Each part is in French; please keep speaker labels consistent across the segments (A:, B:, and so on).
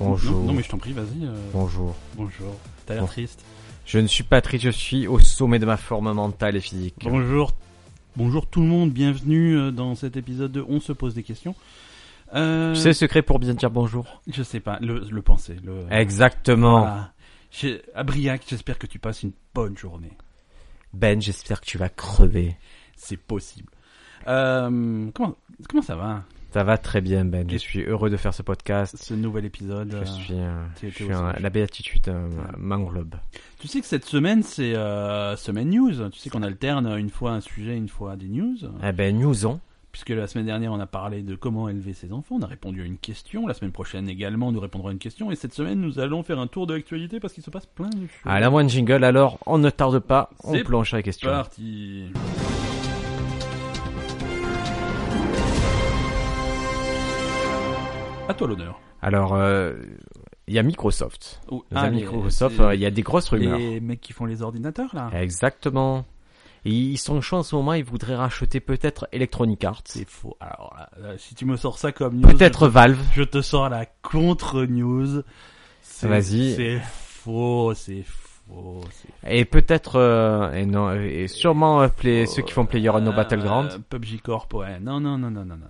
A: Bonjour.
B: Non, non, mais je t'en prie, vas-y. euh,
A: Bonjour.
B: bonjour. T'as l'air
A: Bon.
B: triste.
A: Je ne suis pas triste, je suis au sommet de ma forme mentale et physique.
B: Bonjour. Bonjour tout le monde, bienvenue euh, dans cet épisode de On se pose des questions. Euh,
C: Tu sais le secret pour bien dire bonjour
B: je sais pas, le, le penser. Le,
A: Eh, Exactement.
B: Ah, chez- à Briac, j'espère que tu passes une bonne journée.
A: Ben, j'espère que tu vas crever.
B: C'est possible. Euh, comment, comment ça va,
A: Ça va très bien, Ben. Je suis heureux de faire ce podcast.
B: ce nouvel épisode
A: Je
B: euh,
A: suis, euh,
B: tu
A: je
B: étais
A: suis
B: au
A: un-
B: sommet.
A: la béatitude euh,
B: Ouais.
A: m'englobe.
B: Tu sais que cette semaine, c'est euh, Semaine News. Tu sais qu'on alterne une fois un sujet, une fois des news.
A: Eh ben, newsons.
B: Puisque la semaine dernière, on a parlé de comment élever ses enfants. On a répondu à une question. La semaine prochaine également, nous répondrons à une question. Et cette semaine, nous allons faire un tour de l'actualité parce qu'il se passe plein de choses.
A: À la moindre jingle, alors on ne tarde pas, on
B: C'est
A: plonge sur les questions.
B: parti À toi l'honneur.
A: Alors, euh, il y a Microsoft.
B: Oh,
A: Nos
B: ah,
A: amis
B: les-
A: Microsoft,
B: c'est
A: euh, il y a des grosses rumeurs.
B: Les mecs qui font les ordinateurs, là.
A: Exactement. Et ils sont chauds en ce moment, ils voudraient racheter peut-être Electronic Arts,
B: C'est faux. Alors là, là, si tu me sors ça comme news,
A: peut-être euh, Valve.
B: je, je te sors la contre-news. C'est-
A: Vas-y.
B: C'est faux, c'est faux. c'est
A: Et peut-être, euh, et non, euh, et sûrement euh, play-
B: faux.
A: ceux qui font Player No
B: Euh,
A: Battleground.
B: euh, PUBG Corp, ouais. Non, non, non, non, non, non.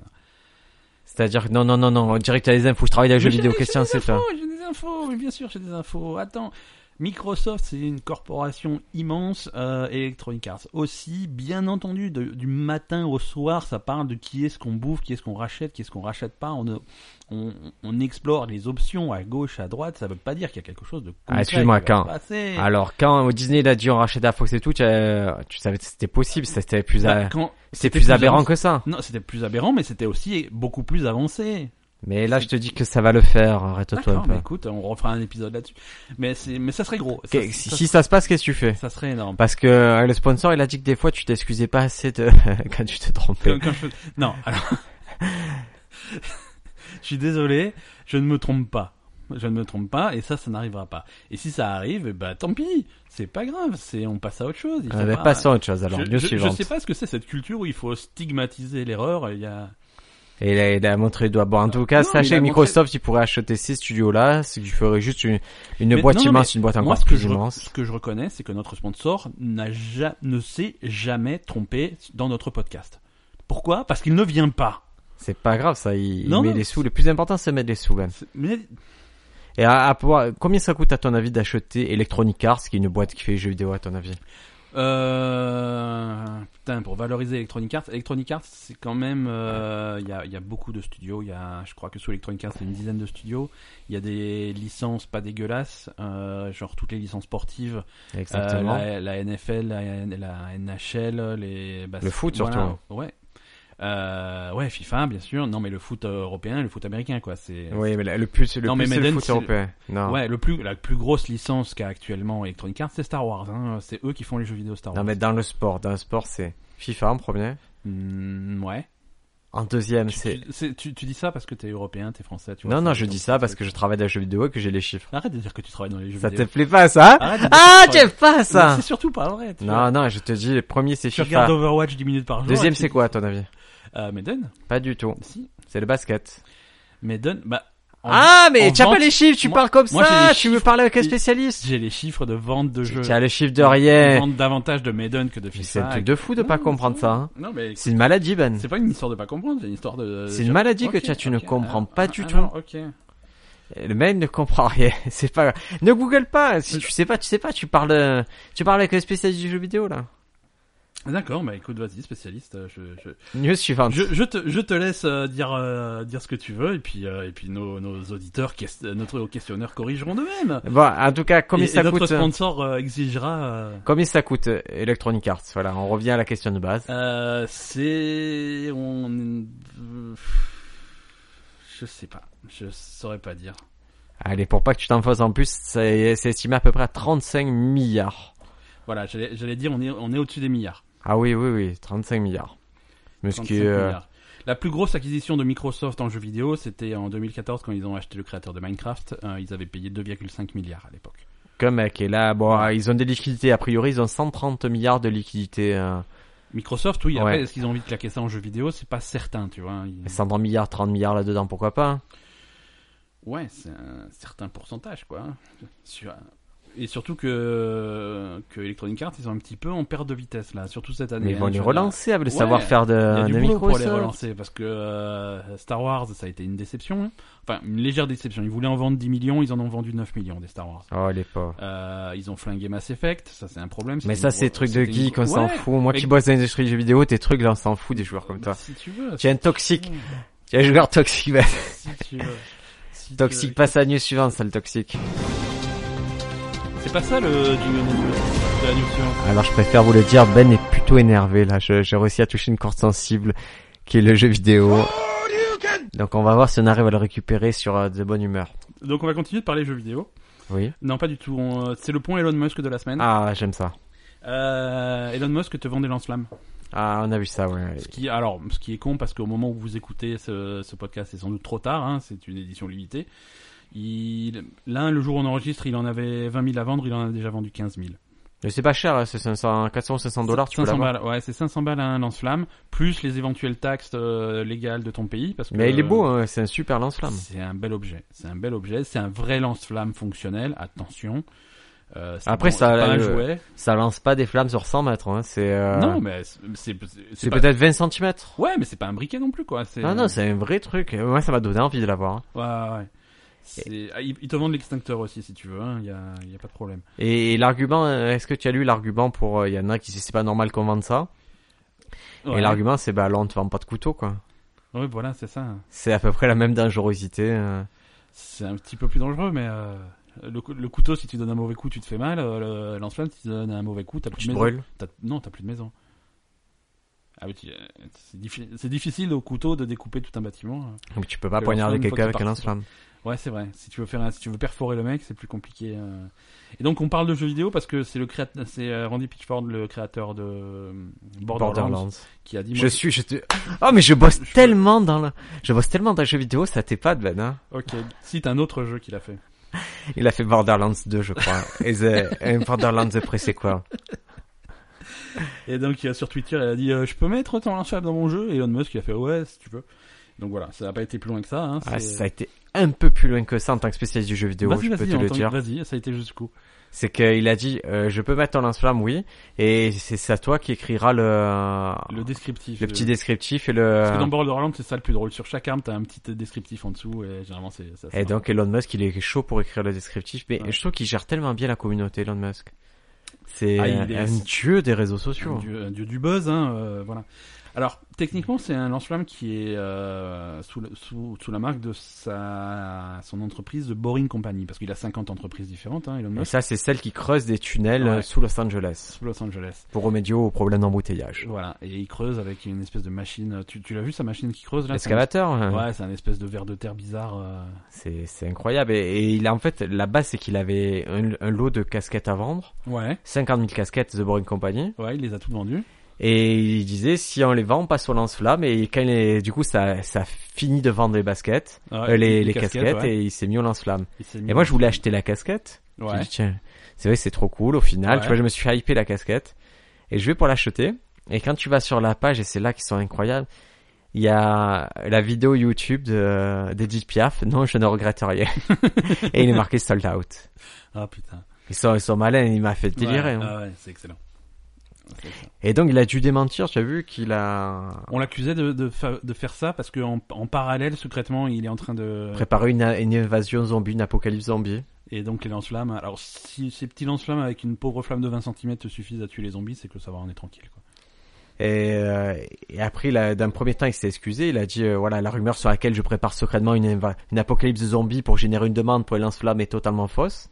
A: C'est-à-dire, que non, non, non, non, on dirait que t'as les infos, je travaille dans les jeux
B: Mais j'ai-
A: vidéo,
B: j'ai
A: question
B: des
A: c'est toi.
B: infos, J'ai des infos, mais bien sûr, j'ai des infos. Attends. Microsoft, c'est une corporation immense, euh, Electronic Arts aussi, bien entendu, de- du matin au soir, ça parle de qui est-ce qu'on bouffe, qui est-ce qu'on rachète, qui est-ce qu'on rachète pas, on, on, on explore les options à gauche, à droite, ça veut pas dire qu'il y a quelque chose de concret
A: Ah, excuse-moi,
B: qui va
A: quand-
B: se passer.
A: Alors, quand au Disney, il a dit on rachète la Fox et tout, tu, euh, tu savais que c'était possible, c'était plus,
B: Bah,
A: à-
B: quand-
A: c'était plus aberrant que ça.
B: Non, c'était plus aberrant, mais c'était aussi beaucoup plus avancé.
A: Mais là, je te dis que ça va le faire, arrête-toi un
B: D'accord,
A: peu.
B: mais écoute, on refera un épisode là-dessus. Mais, c'est- mais ça serait gros. Ça-
A: Qu'est- si,
B: ça-
A: si ça se passe, qu'est-ce que tu fais
B: ça serait énorme.
A: Parce que euh, le sponsor, il a dit que des fois, tu t'excusais pas assez de... quand tu te trompais.
B: Comme- comme je- Non, alors. je suis désolé, je ne me trompe pas. Je ne me trompe pas, et ça, ça n'arrivera pas. Et si ça arrive, eh ben, tant pis, c'est pas grave, c'est on passe à autre chose. il
A: Ah,
B: faut
A: mais
B: pas-
A: passons à autre chose, alors,
B: je,
A: news
B: je- je
A: suivante.
B: sais pas ce que c'est cette culture où il faut stigmatiser l'erreur. Il y a...
A: Et il a, il a montré le doigt. Bon, en tout cas,
B: Non, mais il
A: sachez
B: a
A: que Microsoft, il pourrait acheter ces studios-là, ce qui ferait juste une, une
B: Mais
A: boîte
B: non, non,
A: immense, une boîte
B: Moi,
A: encore
B: ce que,
A: plus
B: je, re-
A: immense.
B: ce que je reconnais, c'est que notre sponsor n'a ja- ne s'est jamais trompé dans notre podcast. Pourquoi Parce qu'il ne vient pas.
A: C'est pas grave, ça, il, il
B: Non,
A: met
B: non.
A: les sous. Le plus important, c'est mettre les sous, Ben.
B: C'est- Mais
A: Et à, à pouvoir- combien ça coûte, à ton avis, d'acheter Electronic Arts, qui est une boîte qui fait jeux vidéo, à ton avis?
B: Euh, putain, pour valoriser Electronic Arts, Electronic Arts, c'est quand même, euh, il y, a, il y a beaucoup de studios. Il y a, je crois que sous Electronic Arts, il y a une dizaine de studios. Il y a des licences pas dégueulasses, euh, genre toutes les licences sportives, euh,
A: Exactement.
B: la, la NFL, la, N- la NHL, les bas-
A: Le foot, hein.
B: voilà, Ouais. Euh, ouais, FIFA, bien sûr. Non, mais le foot euh, européen, le foot américain, quoi. C'est
A: Oui, mais la- le plus, le
B: Non,
A: plus,
B: mais
A: c'est le
B: Madden,
A: foot
B: c'est le-
A: européen. Non.
B: ouais, le plus, la plus grosse licence qu'a actuellement Electronic Arts, c'est Star Wars. hein. C'est eux qui font les jeux vidéo Star Wars.
A: Non, mais dans le sport, dans le sport, c'est FIFA en premier.
B: Hmm, ouais.
A: En deuxième,
B: Tu-
A: c'est...
B: Tu, c'est- tu- tu dis ça parce que t'es européen, t'es français, tu vois.
A: Non,
B: c'est-
A: non, je dis ça parce que je travaille dans les jeux vidéo et que j'ai les chiffres.
B: Arrête de dire que tu travailles dans les jeux
A: Ça te
B: vidéo.
A: plaît pas, ça? hein
B: Arrête de dire
A: Ah,
B: que tu travailles-
A: t'aimes pas, ça?
B: Mais C'est surtout pas vrai. tu vois.
A: Non, non, je te dis, le premier c'est
B: Tu regardes
A: FIFA.
B: Overwatch 10 minutes par jour.
A: Deuxième
B: et tu-
A: c'est quoi à ton avis
B: Euh, Madden
A: Pas du tout.
B: Si.
A: C'est le basket.
B: Madden, bah. en-
A: ah,
B: en
A: mais t'as pas
B: vente,
A: les chiffres, tu
B: moi-
A: parles comme
B: moi, j'ai
A: ça,
B: les
A: tu veux
B: chiffres.
A: parler avec un
B: Et-
A: spécialiste.
B: J'ai les chiffres de vente de jeux.
A: T'as le chiffre de
B: Je
A: rien.
B: vends davantage de Madden que de
A: Mais
B: FIFA.
A: C'est un truc de fou de
B: Non,
A: pas
B: mais
A: comprendre
B: c'est
A: ça.
B: vrai.
A: hein.
B: Non, mais
A: C'est une maladie, Ben.
B: c'est pas une histoire de pas comprendre, c'est une histoire de.
A: C'est une maladie que
B: Ok,
A: tu as, tu ne
B: ok,
A: comprends
B: ah,
A: pas du
B: ah,
A: tout.
B: non, Ok.
A: Le mec ne comprend rien. C'est pas. grave. Ne Google pas. Si tu sais pas, tu sais pas. Tu parles, euh, tu parles avec le spécialiste du jeu vidéo là.
B: D'accord, bah écoute, vas-y, spécialiste. euh, Je, je,
A: News suivante.
B: Je, je te, je te laisse euh, dire, euh, dire ce que tu veux, et puis, euh, et puis nos, nos auditeurs, ques- euh, notre questionneur corrigeront de même.
A: Bon, en tout cas, combien
B: et, et
A: ça
B: notre
A: coûte euh,
B: sponsor euh, exigera. euh,
A: Combien ça coûte euh, Electronic Arts Voilà, on revient à la question de base.
B: euh, c'est. On. euh, Je sais pas. Je saurais pas dire.
A: Allez, pour pas que tu t'en fasses en plus, c'est c'est estimé à peu près à 35 milliards.
B: Voilà, j'allais j'allais dire, on est, on est au-dessus des milliards.
A: Ah oui, oui, oui, 35 milliards. Mais ce qui
B: 35
A: est, euh,
B: milliards. La plus grosse acquisition de Microsoft en jeux vidéo, c'était en 2014 quand ils ont acheté le créateur de Minecraft. Euh, ils avaient payé 2,5 milliards à l'époque.
A: comme mec est là, bon, ils ont des liquidités, a priori, ils ont 130 milliards de liquidités. euh,
B: Microsoft, oui, après,
A: Ouais.
B: est-ce qu'ils ont envie de claquer ça en jeu vidéo C'est pas certain, tu vois. Ils-
A: 130 milliards, 30 milliards là-dedans, pourquoi pas hein
B: Ouais, c'est un certain pourcentage, quoi. hein. Sur un- Et surtout que, que Electronic Arts, ils sont un petit peu en perte de vitesse, là, surtout cette année.
A: Mais ils vont
B: hein,
A: les
B: tu vois.
A: relancer avec le
B: Ouais,
A: savoir-faire
B: Il y a
A: de,
B: du
A: de
B: boulot pour les
A: Microsoft.
B: relancer, parce que euh, Star Wars, ça a été une déception. hein. Enfin, une légère déception. Ils voulaient en vendre 10 millions, ils en ont vendu 9 millions, des Star Wars.
A: Oh, les pauvres.
B: Euh, ils ont flingué Mass Effect, ça c'est un problème.
A: Mais
B: une
A: ça,
B: gro-
A: c'est truc de
B: c'était une-
A: geek, on s'en
B: Ouais,
A: fout. Moi
B: mais-
A: qui bosse dans l'industrie du jeu vidéo, tes trucs là, on s'en fout des joueurs comme
B: bah,
A: toi.
B: Si tu veux.
A: Tu es un toxique. Tu es un joueur toxique, bah.
B: Si tu veux. Si tu
A: Toxique,
B: veux.
A: passe à la news suivante, sale toxique.
B: C'est pas ça le jingle de la news suivante.
A: Alors, je préfère vous le dire, Ben est plutôt énervé là. Je- J'ai réussi à toucher une corde sensible qui est le jeu vidéo. Donc, on va voir si on arrive à le récupérer sur euh, de bonne humeur.
B: Donc on va continuer de parler jeux vidéo.
A: Oui.
B: Non, pas du tout. on, euh, C'est le point Elon Musk de la semaine.
A: Ah, j'aime ça.
B: Euh, Elon Musk te vend des lance-flammes.
A: Ah, on a vu ça, ouais.
B: Ce qui, alors, ce qui est con parce qu'au moment où vous écoutez ce, ce podcast, c'est sans doute trop tard. hein, c'est une édition limitée. Il, là, le jour où on enregistre, il en avait 20 000 à vendre. Il en a déjà vendu 15 000.
A: Mais c'est pas cher, là, c'est 500, 400, 500 dollars, tu peux
B: 500
A: l'avoir.
B: balles, ouais, c'est 500 balles à un lance-flamme, plus les éventuelles taxes euh, légales de ton pays. Parce que,
A: Mais il est beau, hein, c'est un super lance-flamme.
B: C'est un bel objet. C'est un bel objet. C'est un vrai lance-flamme fonctionnel. Attention. Euh, c'est
A: Après,
B: bon,
A: ça,
B: c'est pas un
A: le-
B: jouet.
A: Ça lance pas des flammes sur 100 mètres, hein, c'est, euh,
B: Non, mais c'est- c'est
A: c'est
B: pas-
A: peut-être 20 cm.
B: Ouais, mais c'est pas un briquet non plus, quoi. C'est...
A: Non, non, c'est un vrai truc. Et Moi, ça m'a donné envie de l'avoir. hein.
B: Ouais, ouais. C'est- ah, Ils ils te vendent l'extincteur aussi, si tu veux. hein, Il y, a... il y a pas de problème.
A: Et, l'argument, euh, est-ce que tu as lu l'argument pour, euh, il y en a qui disent c'est pas normal qu'on vende ça.
B: Ouais.
A: Et l'argument, c'est bah, là, on te vend pas de couteau, quoi.
B: Ouais, voilà, c'est ça. hein.
A: C'est à peu près la même dangerosité. euh.
B: C'est un petit peu plus dangereux, mais euh, le, cou- le couteau, si tu donnes un mauvais coup, tu te fais mal. euh, Le lance-flamme, si tu donnes un mauvais coup, t'as plus
A: Tu
B: de
A: te
B: maison.
A: brûles.
B: T'as- Non, t'as plus de maison. Ah, oui, tu- euh, c'est, diffi- c'est difficile au couteau de découper tout un bâtiment. hein.
A: Donc tu peux pas
B: Le
A: poignarder
B: lance-flamme, faut
A: quelqu'un avec un
B: qu'il parte.
A: lance-flamme.
B: Ouais, c'est vrai. Si tu veux faire, un- si tu veux perforer le mec, c'est plus compliqué. euh. Et donc on parle de jeux vidéo parce que c'est le créat... c'est euh, Randy Pitchford, le créateur de euh, Borderlands,
A: Borderlands.
B: qui a dit.
A: Je
B: moi,
A: suis, je te... Oh, mais je bosse
B: Je-
A: tellement dans le... Je bosse tellement dans le jeu vidéo, ça t'est pas de Ben, hein.
B: Ok, cite un autre jeu qu'il a fait.
A: Il a fait Borderlands 2, je crois. et, the... et Borderlands après, c'est quoi
B: Et donc euh, sur Twitter, il a dit euh, je peux mettre ton lance-flamme dans mon jeu. Et Elon Musk il a fait ouais si tu veux. Donc voilà, ça n'a pas été plus loin que ça. Hein,
A: Ah,
B: c'est-
A: ça a été un peu plus loin que ça en tant que spécialiste du jeu vidéo,
B: Vas-y,
A: je peux
B: vas-y,
A: te le
B: entends-
A: dire.
B: vas-y, ça a été jusqu'où
A: C'est qu'il a dit, euh, je peux mettre ton lance-flamme, oui, et c'est c'est à toi qui écrira le,
B: Le descriptif.
A: Ah. le
B: de-
A: petit descriptif et le...
B: Parce que dans Borderlands, c'est ça le plus drôle. Sur chaque arme, t'as un petit descriptif en dessous et généralement c'est ça.
A: Et donc Elon Musk, il est chaud pour écrire le descriptif, mais
B: Ouais.
A: je trouve qu'il gère tellement bien la communauté, Elon Musk. C'est
B: Ah,
A: un
B: il est-
A: dieu des réseaux
B: un
A: sociaux.
B: dieu, un dieu du buzz, hein, euh, voilà. Alors techniquement, c'est un lance-flamme qui est euh, sous, le- sous, sous la marque de sa son entreprise, The Boring Company, parce qu'il a 50 entreprises différentes, hein, Elon
A: Et
B: Musk,
A: ça, c'est celle qui creuse des tunnels euh,
B: Ouais.
A: sous Los Angeles
B: sous Los Angeles.
A: pour remédier aux problèmes d'embouteillage.
B: Voilà, et il creuse avec une espèce de machine. Tu, tu l'as vu sa machine qui creuse là c'est un-
A: L'escalateur, hein.
B: Ouais, c'est un espèce de verre de terre bizarre. euh.
A: c'est c'est incroyable. Et, et il a en fait, la base, c'est qu'il avait un, un lot de casquettes à vendre.
B: Ouais,
A: 50 000 casquettes The Boring Company.
B: ouais, il les a toutes vendues.
A: Et il disait, si on les vend, on passe au lance-flamme. Et quand les, du coup, ça, ça finit de vendre les baskets,
B: Ouais,
A: euh, les, les casquettes,
B: casquettes, ouais. Mm.
A: et il s'est mis au lance-flamme.
B: Il s'est
A: Et
B: mis-
A: moi, je voulais acheter la casquette. Je me
B: Ouais.
A: dis, tiens, c'est vrai, c'est trop cool au final.
B: Ouais.
A: Tu vois, je me suis hypé la casquette. Et je vais pour l'acheter. Et quand tu vas sur la page, et c'est là qu'ils sont incroyables, il y a la vidéo YouTube de- d'Edith Piaf. Non, je ne regrette rien. et il est marqué sold out.
B: Ah putain.
A: Ils sont, ils sont malins, il m'a fait délirer.
B: Ouais,
A: hein.
B: ah ouais, c'est excellent. C'est excellent.
A: Et donc il a dû démentir, tu as vu qu'il a
B: On l'accusait de, de, fa- de faire ça parce qu'en en, en parallèle, secrètement, il est en train de.
A: préparé une, une invasion zombie, une apocalypse zombie.
B: Et donc les lance-flammes. Alors, si ces petits lance-flammes avec une pauvre flamme de 20 cm te suffisent à tuer les zombies, c'est que ça va, on est tranquille. Quoi.
A: Et, euh, et après, il a- d'un premier temps, il s'est excusé. Il a dit, euh, voilà, la rumeur sur laquelle je prépare secrètement une, inva- une apocalypse zombie pour générer une demande pour les lance-flammes est totalement fausse.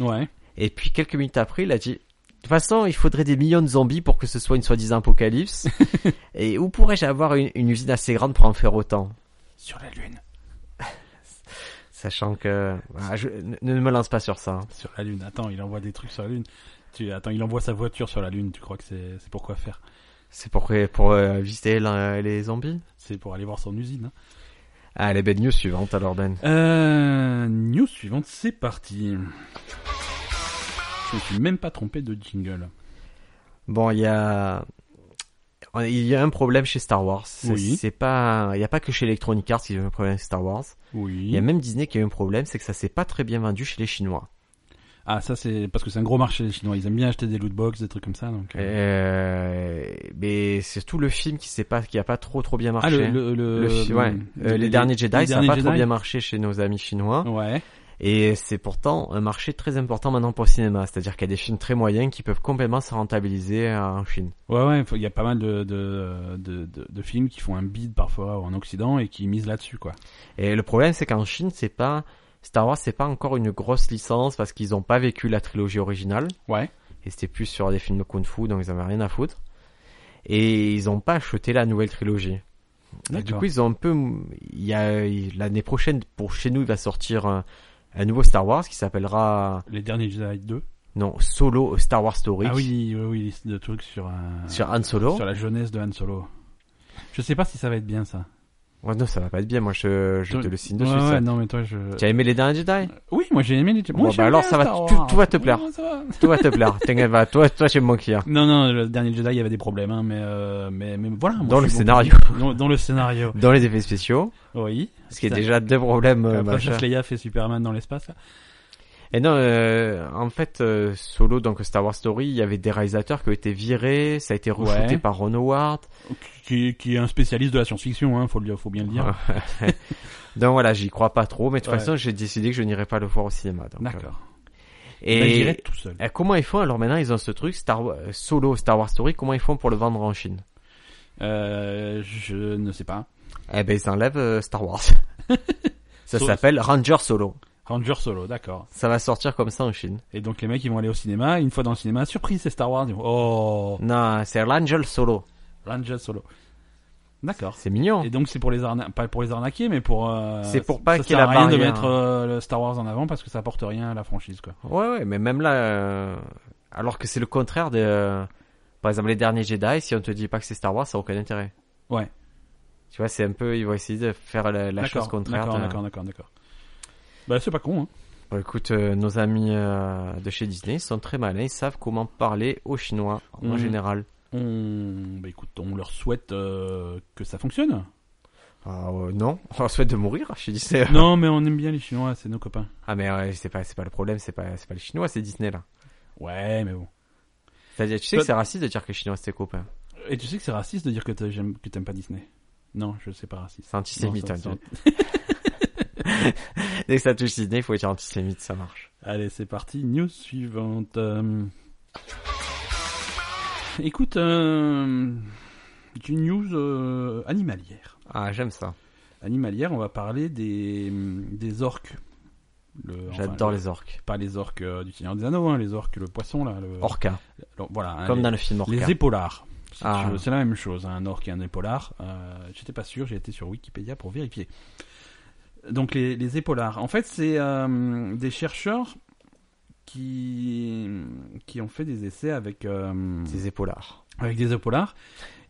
B: Ouais.
A: Et puis quelques minutes après, il a dit, de toute façon, il faudrait des millions de zombies pour que ce soit une soi-disant apocalypse. et où pourrais-je avoir une, une usine assez grande pour en faire autant
B: Sur la lune.
A: Sachant que, voilà, je, ne, ne me lance pas sur ça. hein.
B: Sur la lune. Attends, il envoie des trucs sur la lune. Tu, attends, il envoie sa voiture sur la lune. Tu crois que c'est c'est pour quoi faire
A: C'est pour, pour euh, visiter la- les zombies.
B: C'est pour aller voir son usine. hein.
A: Ah, les belles news suivantes alors Ben.
B: Euh, news suivante, c'est parti. Je me suis même pas trompé de jingle.
A: Bon, il y a... on- il y a un problème chez Star Wars. C'est
B: Oui.
A: c'est pas, il n'y a pas que chez Electronic Arts qu'il y a eu un problème avec Star Wars. Il y
B: Oui.
A: a même Disney qui a eu un problème, c'est que ça s'est pas très bien vendu chez les Chinois.
B: Ah, ça, c'est parce que c'est un gros marché, les Chinois. Ils aiment bien acheter des loot box, des trucs comme ça. Donc, euh.
A: Euh, mais c'est tout le film qui s'est pas, qui a pas trop trop bien marché.
B: Ah, le, le, le-
A: Le fi- ouais.
B: le-
A: Euh, les, derniers Jedi,
B: les
A: ça n'a
B: derniers
A: pas trop
B: Jedi.
A: bien marché chez nos amis chinois.
B: Ouais.
A: Et c'est pourtant un marché très important maintenant pour le cinéma. C'est-à-dire qu'il y a des films très moyens qui peuvent complètement se rentabiliser euh, en Chine.
B: Ouais, ouais, faut- il y a pas mal de, de, de, de, de films qui font un bid parfois en Occident et qui misent là-dessus, quoi.
A: Et le problème, c'est qu'en Chine, c'est pas Star Wars, c'est pas encore une grosse licence parce qu'ils n'ont pas vécu la trilogie originale.
B: Ouais.
A: Et c'était plus sur des films de kung-fu, donc ils en avaient rien à foutre. Et ils n'ont pas acheté la nouvelle trilogie. Et Du
B: D'accord.
A: coup, ils ont un peu. Il y a l'année prochaine pour chez nous, il va sortir un, un nouveau Star Wars qui s'appellera
B: Les derniers Jedi 2.
A: non Solo a Star Wars Story
B: Ah oui, oui, oui, le truc sur, un-
A: sur Han Solo.
B: sur la jeunesse de Han Solo. Je sais pas si ça va être bien ça.
A: Ouais, non, ça va pas être bien. Moi, je, je
B: Toi-
A: te le signe
B: ouais,
A: dessus.
B: ouais,
A: ça.
B: non mais toi je.
A: Tu as aimé les derniers Jedi
B: Oui, moi j'ai aimé les.
A: Bon, bah alors, ça va- tout- tout va te plaire. Toi, te plaire. T'inquiète pas. Toi, toi, chez moi qui a.
B: Non, non, le dernier Jedi, il y avait des problèmes, hein, mais, euh, mais, mais voilà. moi,
A: Dans
B: je
A: le
B: suis
A: scénario.
B: Dans, dans le scénario.
A: Dans les effets spéciaux,
B: Oui.
A: ce qui est
B: Ça-
A: déjà deux problèmes. euh,
B: Après,
A: machin.
B: Princess Leia fait Superman dans l'espace. là.
A: Et non, euh, en fait, euh, Solo, donc Star Wars Story, il y avait des réalisateurs qui ont été virés, ça a été reshooté
B: Ouais.
A: par Ron Howard.
B: Qui, qui est un spécialiste de la science-fiction, hein, faut, le- faut bien le dire.
A: donc voilà, j'y crois pas trop, mais de toute
B: Ouais.
A: façon, j'ai décidé que je n'irai pas le voir au cinéma. donc, euh,
B: D'accord. Bah, Et... il
A: Et,
B: irait tout seul.
A: euh, comment ils font alors maintenant Ils ont ce truc Star Wa- euh, Solo, Star Wars Story. Comment ils font pour le vendre en Chine
B: Euh, je ne sais pas.
A: Eh ben, ils enlèvent euh, Star Wars. ça
B: So-
A: s'appelle Ranger Solo.
B: Ranger Solo, d'accord.
A: Ça va sortir comme ça en Chine.
B: Et donc les mecs, ils vont aller au cinéma. Une fois dans le cinéma, surprise, c'est Star Wars. Ils vont, oh,
A: Non, c'est Ranger Solo.
B: Ranger Solo. D'accord.
A: C'est mignon.
B: Et donc c'est pour les arna... pas pour les arnaquer, mais pour. euh,
A: Oh. C'est pour pas
B: ça
A: qu'il y ait
B: sert
A: la
B: à rien de
A: barrière.
B: mettre euh, le Star Wars en avant parce que ça apporte rien à la franchise, quoi.
A: Ouais, ouais, mais même là, euh, alors que c'est le contraire de, euh, par exemple, les derniers Jedi, si on te dit pas que c'est Star Wars, ça n'a aucun intérêt.
B: Ouais.
A: Tu vois, c'est un peu, ils vont essayer de faire la, la chose
B: D'accord,
A: contraire. euh.
B: D'accord,
A: de-
B: d'accord, d'accord, d'accord. Bah c'est pas con. Hein.
A: Bon, écoute, euh, nos amis euh, de chez Disney ils sont très malins, ils savent comment parler aux Chinois en
B: Mhm.
A: général.
B: On, bah écoute, on leur souhaite euh, que ça fonctionne.
A: Ah, euh, non, on leur souhaite de mourir chez Disney.
B: non, mais on aime bien les Chinois, c'est nos copains.
A: Ah, mais euh, c'est pas, c'est pas le problème, c'est pas, c'est pas les Chinois, c'est Disney là.
B: Ouais, mais bon.
A: C'est-à-dire, tu sais
B: Toi-
A: que c'est raciste de dire que les Chinois c'est tes copains.
B: Et tu sais que c'est raciste de dire que t'as- j'aime- que t'aimes pas Disney. Non, je sais pas raciste.
A: C'est antisémite.
B: Non,
A: hein,
B: ça- ça-
A: Dès que ça touche Disney, il faut dire antisémite, ça marche.
B: Allez, c'est parti. News suivante. Euh, Écoute, euh, c'est une news euh, animalière.
A: Ah, j'aime ça.
B: Animalière, on va parler des, des orques. Le- enfin,
A: J'adore
B: le-
A: les orques.
B: Pas les orques euh, du Seigneur des Anneaux, hein, les orques, le poisson, là. Le...
A: Orca,
B: Alors, voilà, hein,
A: comme
B: les-
A: dans le film Orca.
B: Les épaulards. Si
A: Ah.
B: tu veux, C'est la même chose, hein, un orc et un épaulard. Euh, J'étais pas sûr, j'ai été sur Wikipédia pour vérifier. Donc les, les épaulards, en fait, c'est euh, des chercheurs qui, qui ont fait des essais avec, euh,
A: Des épaulards.
B: avec des épaulards.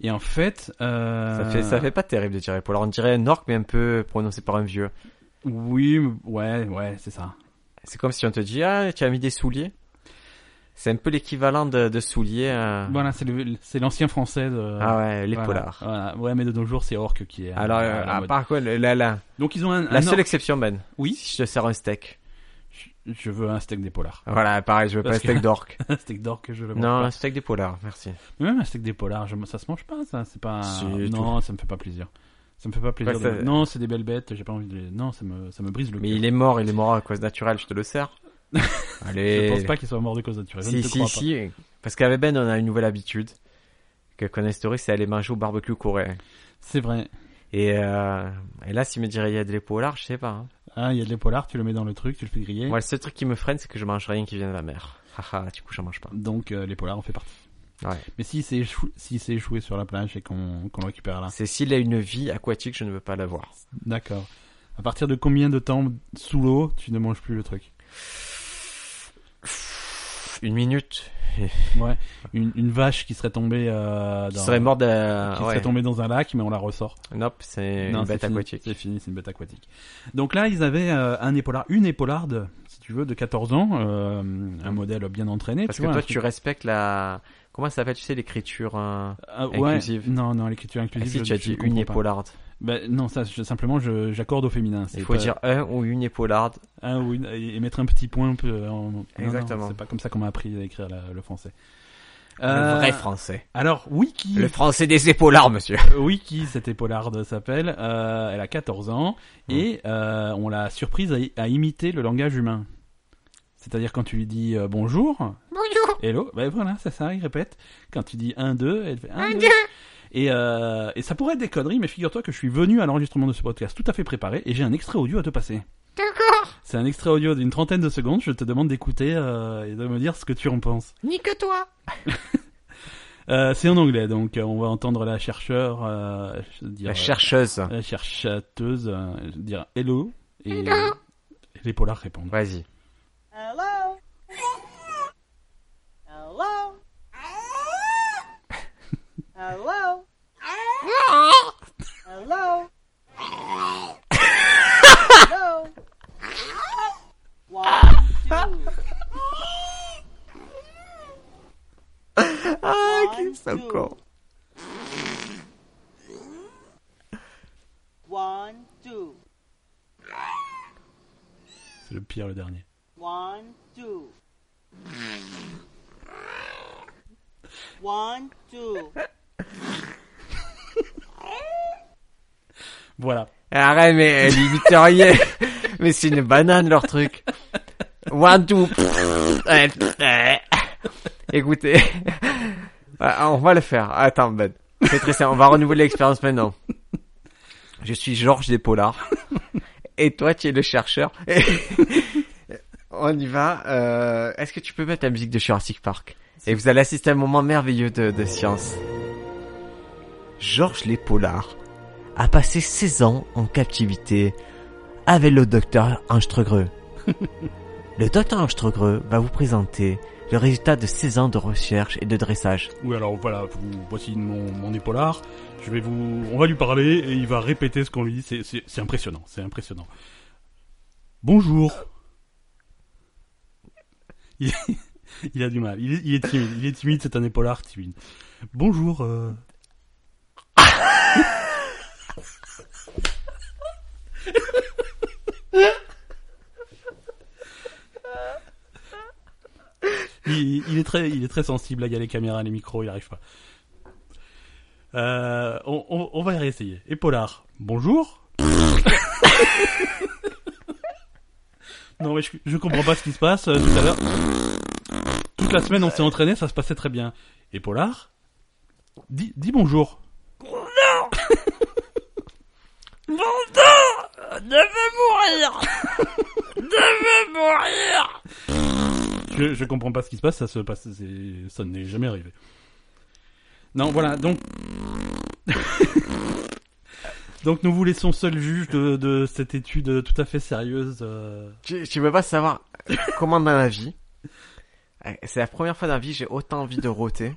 B: Et en fait... euh,
A: Ça, fait, ça fait pas terrible de dire épaulard. On dirait un orque, mais un peu prononcé par un vieux.
B: Oui, ouais, ouais, c'est ça.
A: C'est comme si on te dit, ah, tu as mis des souliers. C'est un peu l'équivalent de, de souliers. euh.
B: Voilà, c'est le- c'est l'ancien français de...
A: Ah ouais, l'épaulard.
B: Voilà, voilà. Ouais, mais de nos jours, c'est orc qui est...
A: Alors,
B: à
A: euh,
B: la
A: ah,
B: mode.
A: par contre, la, la,
B: Donc ils ont un...
A: la
B: un
A: seule
B: orc-
A: exception, Ben.
B: Oui,
A: Si je te sers un steak.
B: je- je veux un steak d'épaulard.
A: Voilà, pareil, je veux pas un
B: Parce que-
A: steak d'orque.
B: un steak d'or que je le mange
A: non,
B: pas.
A: un steak d'épaulard, merci.
B: Mais même un steak d'épaulard, je- ça se mange pas, ça. C'est pas.
A: Si,
B: non, ça me fait pas plaisir. Ça me fait pas plaisir.
A: Ouais,
B: de-
A: ça-
B: Non, c'est des belles bêtes. J'ai pas envie de. les- Non, ça me, ça me brise le.
A: Mais
B: cœur.
A: il est mort, il est mort à cause naturelle, je te le sers. Allez.
B: Je pense pas qu'il soit mort de cause naturelle. Bah, Je
A: Si,
B: ne te
A: si,
B: crois
A: si. Parce qu'avec Ben, on a une nouvelle habitude que qu'on a instaurée, c'est aller manger au barbecue coréen.
B: pas. C'est vrai.
A: Et, euh, et là, s'il me dirait il y a de l'épaulard, je sais pas. hein.
B: Ah, il y a de l'épaulard. Tu le mets dans le truc, tu le fais griller.
A: Moi, le seul truc qui me freine, c'est que je mange rien qui vient de la mer. Haha, du coup, j'en mange pas.
B: Donc euh, l'épaulard en fait partie.
A: Ouais.
B: Mais si c'est échou... si c'est échoué sur la plage et qu'on qu'on le récupère là.
A: C'est s'il a une vie aquatique, je ne veux pas l'avoir.
B: D'accord. À partir de combien de temps sous l'eau tu ne manges plus le truc
A: Une minute.
B: Ouais. Une, une vache qui serait tombée. Euh,
A: Qui
B: dans-
A: serait mort de.
B: qui
A: ouais.
B: serait tombée dans un lac, mais on la ressort.
A: Nope, c'est
B: Non,
A: une
B: c'est
A: bête
B: fini,
A: aquatique.
B: C'est fini, c'est une bête aquatique. Donc là, ils avaient euh, un épaulard, une épaularde, si tu veux, de 14 ans, euh, un modèle bien entraîné.
A: Parce
B: tu
A: que
B: vois,
A: toi,
B: un
A: tu
B: truc-
A: respectes la. Comment ça s'appelle, tu sais, l'écriture euh,
B: Ah, ouais.
A: Inclusive.
B: Non, non, l'écriture
A: ah,
B: inclusive.
A: Si
B: je-
A: tu as
B: je
A: dit
B: comprends
A: une
B: pas.
A: épaularde.
B: Bah, non, ça, je- simplement, je- j'accorde au féminin. c'est
A: Il faut
B: pas-
A: dire un ou une épaularde.
B: un ou une- et et mettre un petit point un peu euh, en. non,
A: Exactement.
B: non, C'est pas comme ça qu'on m'a appris à écrire la- le français.
A: Le
B: Euh,
A: vrai français.
B: Alors, Wiki.
A: Le français des épaulards, monsieur.
B: Wiki, cette épaularde s'appelle. euh, elle a 14 ans et euh, on l'a surprise à, à imiter le langage humain. C'est-à-dire quand tu lui dis euh, bonjour. Bonjour. Hello. Ben voilà, c'est ça, il répète. Quand tu dis 1, 2, elle fait 1, 2. Et, euh, et ça pourrait être des conneries, mais figure-toi que je suis venu à l'enregistrement de ce podcast tout à fait préparé et j'ai un extrait audio à te passer. D'accord. C'est un extrait audio d'une trentaine de secondes. Je te demande d'écouter euh, et de me dire ce que tu en penses.
D: Nique-toi
B: Euh, c'est en anglais, donc euh, on va entendre la chercheur euh, je veux dire,
A: La chercheuse.
B: euh, la cherchateuse euh, je veux dire hello et,
D: Hello.
B: et les polars répondent.
A: Vas-y.
E: Hello? Hello? Hello? Hello? Hello? One, two.
A: Ah,
E: qu'ils sont cons. One, two.
B: C'est le pire, le dernier.
E: One, two. One, two.
B: Voilà.
A: Eh, Arrête, mais elle imite rien. mais c'est une banane, leur truc. One, two. Écoutez. Ah, On va le faire. Attends, Ben. C'est très simple. On va renouveler l'expérience maintenant. Je suis Georges Despolard. Et toi, tu es le chercheur. Et- On y va. Euh, Est-ce que tu peux mettre la musique de Jurassic Park Et vous allez assister à un moment merveilleux de, de science. Georges Lépollard a passé 16 ans en captivité avec le docteur Anstregreux. le docteur Anstregreux va vous présenter le résultat de 16 ans de recherche et de dressage.
B: Oui, alors voilà, vous- voici mon, mon épaulard. Je vais vous, on va lui parler et il va répéter ce qu'on lui dit. C'est- C'est c'est impressionnant, c'est impressionnant. Bonjour. Il, il a du mal. Il, est- il est timide. Il est timide. C'est un épaulard timide. Bonjour. euh. il, il est très, il est très sensible. Là, il y a les caméras, les micros, il arrive pas. Euh, on, on- on va y réessayer. Et Polar, bonjour. non mais je, je comprends pas ce qui se passe euh, tout à l'heure. Toute la semaine, on s'est entraîné, ça se passait très bien. Et Polar, dis, dis bonjour. Je, je comprends pas ce qui se passe, ça se passe, c'est- ça n'est jamais arrivé. Non, voilà, donc. donc nous vous laissons seul juge de, de cette étude tout à fait sérieuse. euh.
A: Tu, tu veux pas savoir comment dans la vie. euh, C'est la première fois dans la vie j'ai autant envie de rôter.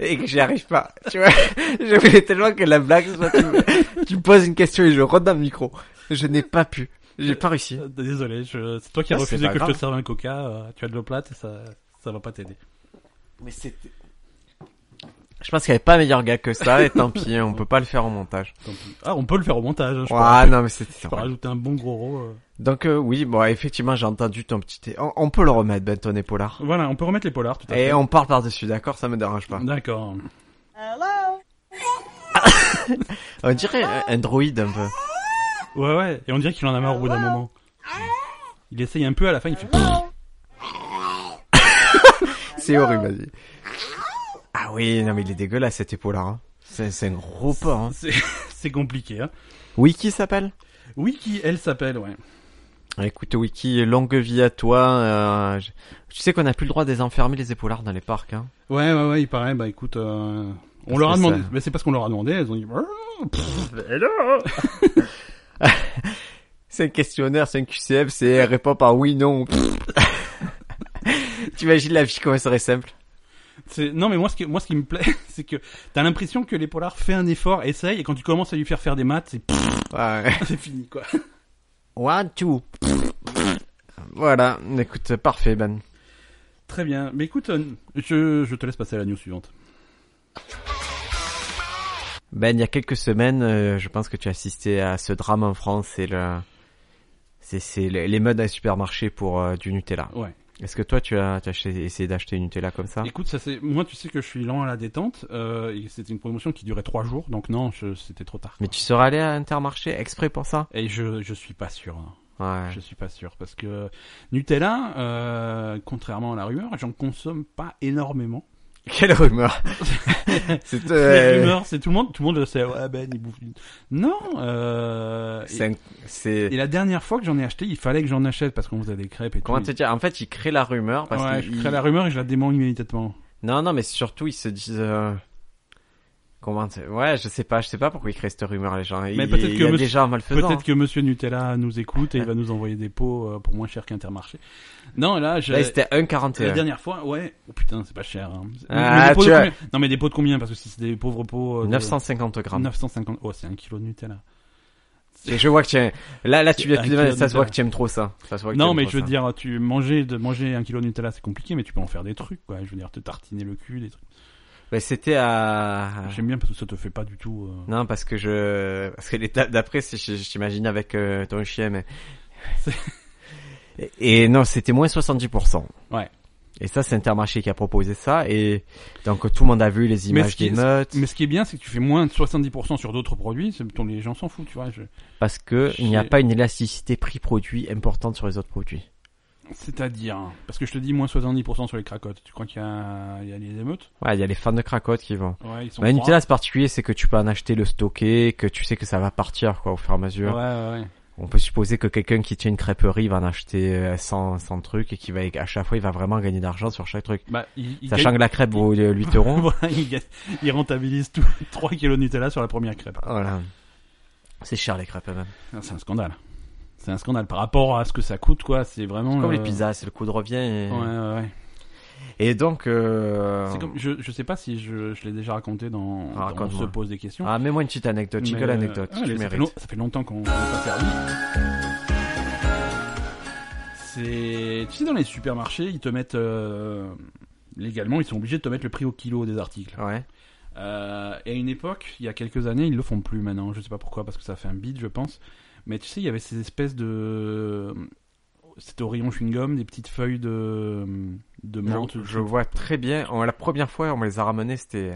A: Et que j'y arrive pas. Tu vois, je voulais tellement que la blague soit. Tu, me- tu me poses une question et je rote dans le micro. Je n'ai pas pu. J'ai pas réussi.
B: Euh, Désolé, je- c'est toi qui as
A: Ah, c'est
B: refusé
A: pas
B: que je
A: grave.
B: te serve un coca, euh, tu as de l'eau plate et ça, ça va pas t'aider.
A: Mais c'était. Je pense qu'il n'y avait pas meilleur gars que ça, et tant pis, on peut pas le faire au montage.
B: Tant pis. Ah, on peut le faire au montage, hein, je pourrais-
A: Ah non, mais c'était
B: je peux rajouter un bon gros rot, euh.
A: Donc euh, oui, bon, effectivement, j'ai entendu ton petit... é- On, on peut le remettre, Ben, ton épaulard.
B: Voilà, on peut remettre les polars tout à fait.
A: Et on parle par-dessus, d'accord Ça me dérange pas. Euh,
B: D'accord.
E: Hello?
A: On dirait un, un droïde, un peu.
B: Ouais, ouais, et on dirait qu'il en a marre au bout d'un moment. Il essaye un peu à la fin, il fait.
A: Ah
E: Hello?
A: C'est horrible, vas-y. Ah oui, non, mais il est dégueulasse, cet épaulard. Hein. C'est c'est un gros porc. Hein.
B: C'est c'est compliqué, hein.
A: Wiki s'appelle
B: Wiki, elle s'appelle, ouais.
A: Écoute, Wiki, longue vie à toi. euh, je- Tu sais qu'on n'a plus le droit de les enfermer, les épaulards, dans les parcs. Hein.
B: Ouais, ouais, ouais, il paraît, bah écoute, euh, on
A: Parce
B: leur a
A: que
B: demandé,
A: ça-
B: mais c'est parce qu'on leur a demandé, elles ont dit, Oh,
A: C'est un questionnaire, c'est un QCM, c'est répond par oui, non. T'imagines la vie comment ça serait simple
B: c'est, non mais moi ce qui, moi ce qui me plaît, c'est que t'as l'impression que les polars fait un effort, essaye, et quand tu commences à lui faire faire des maths, c'est,
A: Ouais.
B: c'est fini, quoi.
A: One, two. voilà, écoute, parfait, Ben.
B: Très bien. Mais écoute, euh, je, je te laisse passer à la news suivante.
A: Ben, il y a quelques semaines, euh, je pense que tu as assisté à ce drame en France, c'est le, c'est, c'est le- les modes à supermarché pour euh, du Nutella.
B: Ouais.
A: Est-ce que toi, tu as, tu as acheté- essayé d'acheter une Nutella comme ça
B: Écoute, ça c'est. Moi, tu sais que je suis lent à la détente. euh, et c'était une promotion qui durait trois jours, donc non, je- c'était trop tard.
A: Mais tu serais allé à Intermarché exprès pour ça
B: Et je je suis pas sûr. hein.
A: Ouais.
B: Je suis pas sûr parce que Nutella, euh, contrairement à la rumeur, j'en consomme pas énormément.
A: Quelle rumeur C'est
B: Les
A: euh,
B: rumeurs, c'est tout le monde, tout le monde le sait. Ouais, ben il bouffe. du- Non. Euh,
A: c'est un- c'est-
B: et, et la dernière fois que j'en ai acheté, il fallait que j'en achète parce qu'on faisait des crêpes et
A: Comment
B: tout.
A: te dire En fait, ils créent la rumeur parce
B: Ouais,
A: que
B: je crée la rumeur et je la dément immédiatement.
A: non, non, mais surtout ils se disent euh, comment te- Ouais, je sais pas, je sais pas pourquoi ils créent cette rumeur les gens.
B: Mais
A: il,
B: peut-être
A: il
B: que
A: y a
B: monsieur-
A: des gens malfaisants.
B: Peut-être que Monsieur Nutella nous écoute et il va nous envoyer des pots euh, pour moins cher qu'Intermarché. Non, là, je...
A: Là, c'était
B: la
A: 1,41.
B: dernière fois, ouais. Oh putain, c'est pas cher. hein.
A: Ah,
B: Mais des pots de
A: tu as-
B: combien Non, mais des pots de combien Parce que si c'est des pauvres pots. euh, de-
A: 950 grammes.
B: 950. Oh, c'est un kilo de Nutella.
A: Et je vois que tu aimes- là là tu viens
B: Un
A: tout de même,
B: kilo de
A: ça se voit
B: Nutella.
A: que tu aimes trop ça. Ça se voit que
B: Non,
A: t'aimes
B: mais
A: trop
B: je veux
A: ça.
B: dire, tu manger de manger un kilo de Nutella, c'est compliqué, mais tu peux en faire des trucs, quoi. Je veux dire, te tartiner le cul, des trucs.
A: Mais c'était à
B: J'aime bien parce que ça te fait pas du tout. euh,
A: Non, parce que je, parce que l'étape d'après, c'est, je, je t'imagine avec euh, ton chien, mais.
B: C'est-
A: Et, et non, c'était moins 70%.
B: Ouais.
A: Et ça, c'est Intermarché qui a proposé ça, et donc tout le monde a vu les
B: Mais
A: images
B: ce qui-
A: des meutes,
B: Mais ce qui est bien, c'est que tu fais moins de 70% sur d'autres produits, c'est- dont les gens s'en foutent, tu vois. je-
A: parce que il n'y a
B: J'ai-
A: pas une élasticité prix-produit importante sur les autres produits.
B: C'est-à-dire, hein, parce que je te dis moins 70% sur les cracottes. Tu crois qu'il y a, il y a les émeutes
A: Ouais, il y a les fans de cracottes qui vont.
B: Ouais, ils sont
A: Mais
B: trois.
A: Bah, Nutella, c'est particulier, c'est que tu peux en acheter, le stocker, que tu sais que ça va partir, quoi, au fur et à
B: Ouais,
A: mesure.
B: ouais, ouais.
A: On peut supposer que quelqu'un qui tient une crêperie va en acheter euh, 100, 100 trucs et qui va, à chaque fois, il va vraiment gagner d'argent sur chaque truc.
B: Bah, il, il
A: Sachant que la crêpe vaut euh, 8
B: gagne-
A: euros.
B: voilà, il, gagne- il rentabilise tout 3 kilos de Nutella sur la première crêpe.
A: Voilà. C'est cher les crêpes, même.
B: Ah, C'est un scandale. C'est un scandale par rapport à ce que ça coûte, quoi. C'est vraiment.
A: Comme
B: euh,
A: les pizzas, c'est le coup de revient. Et,
B: Ouais, ouais, ouais.
A: et donc, euh...
B: C'est comme, je, je sais pas si je, je l'ai déjà raconté dans,
A: Ah,
B: dans On
A: raconte-moi.
B: se pose des questions.
A: ah, mets-moi une petite anecdote,
B: Mais,
A: jingle
B: euh,
A: anecdote,
B: ah,
A: tu
B: allez, ça, fait
A: mérites.
B: long- ça fait longtemps qu'on n'est pas servi. C'est, tu sais, dans les supermarchés, ils te mettent euh, légalement, ils sont obligés de te mettre le prix au kilo des articles.
A: Ouais.
B: Euh, et à une époque, il y a quelques années, ils le font plus maintenant. Je sais pas pourquoi, parce que ça fait un bide, je pense. Mais tu sais, il y avait ces espèces de, c'était au rayon chewing-gum, des petites feuilles de de menthe.
A: Je, je vois très bien. On- la première fois, on me les a ramenés, c'était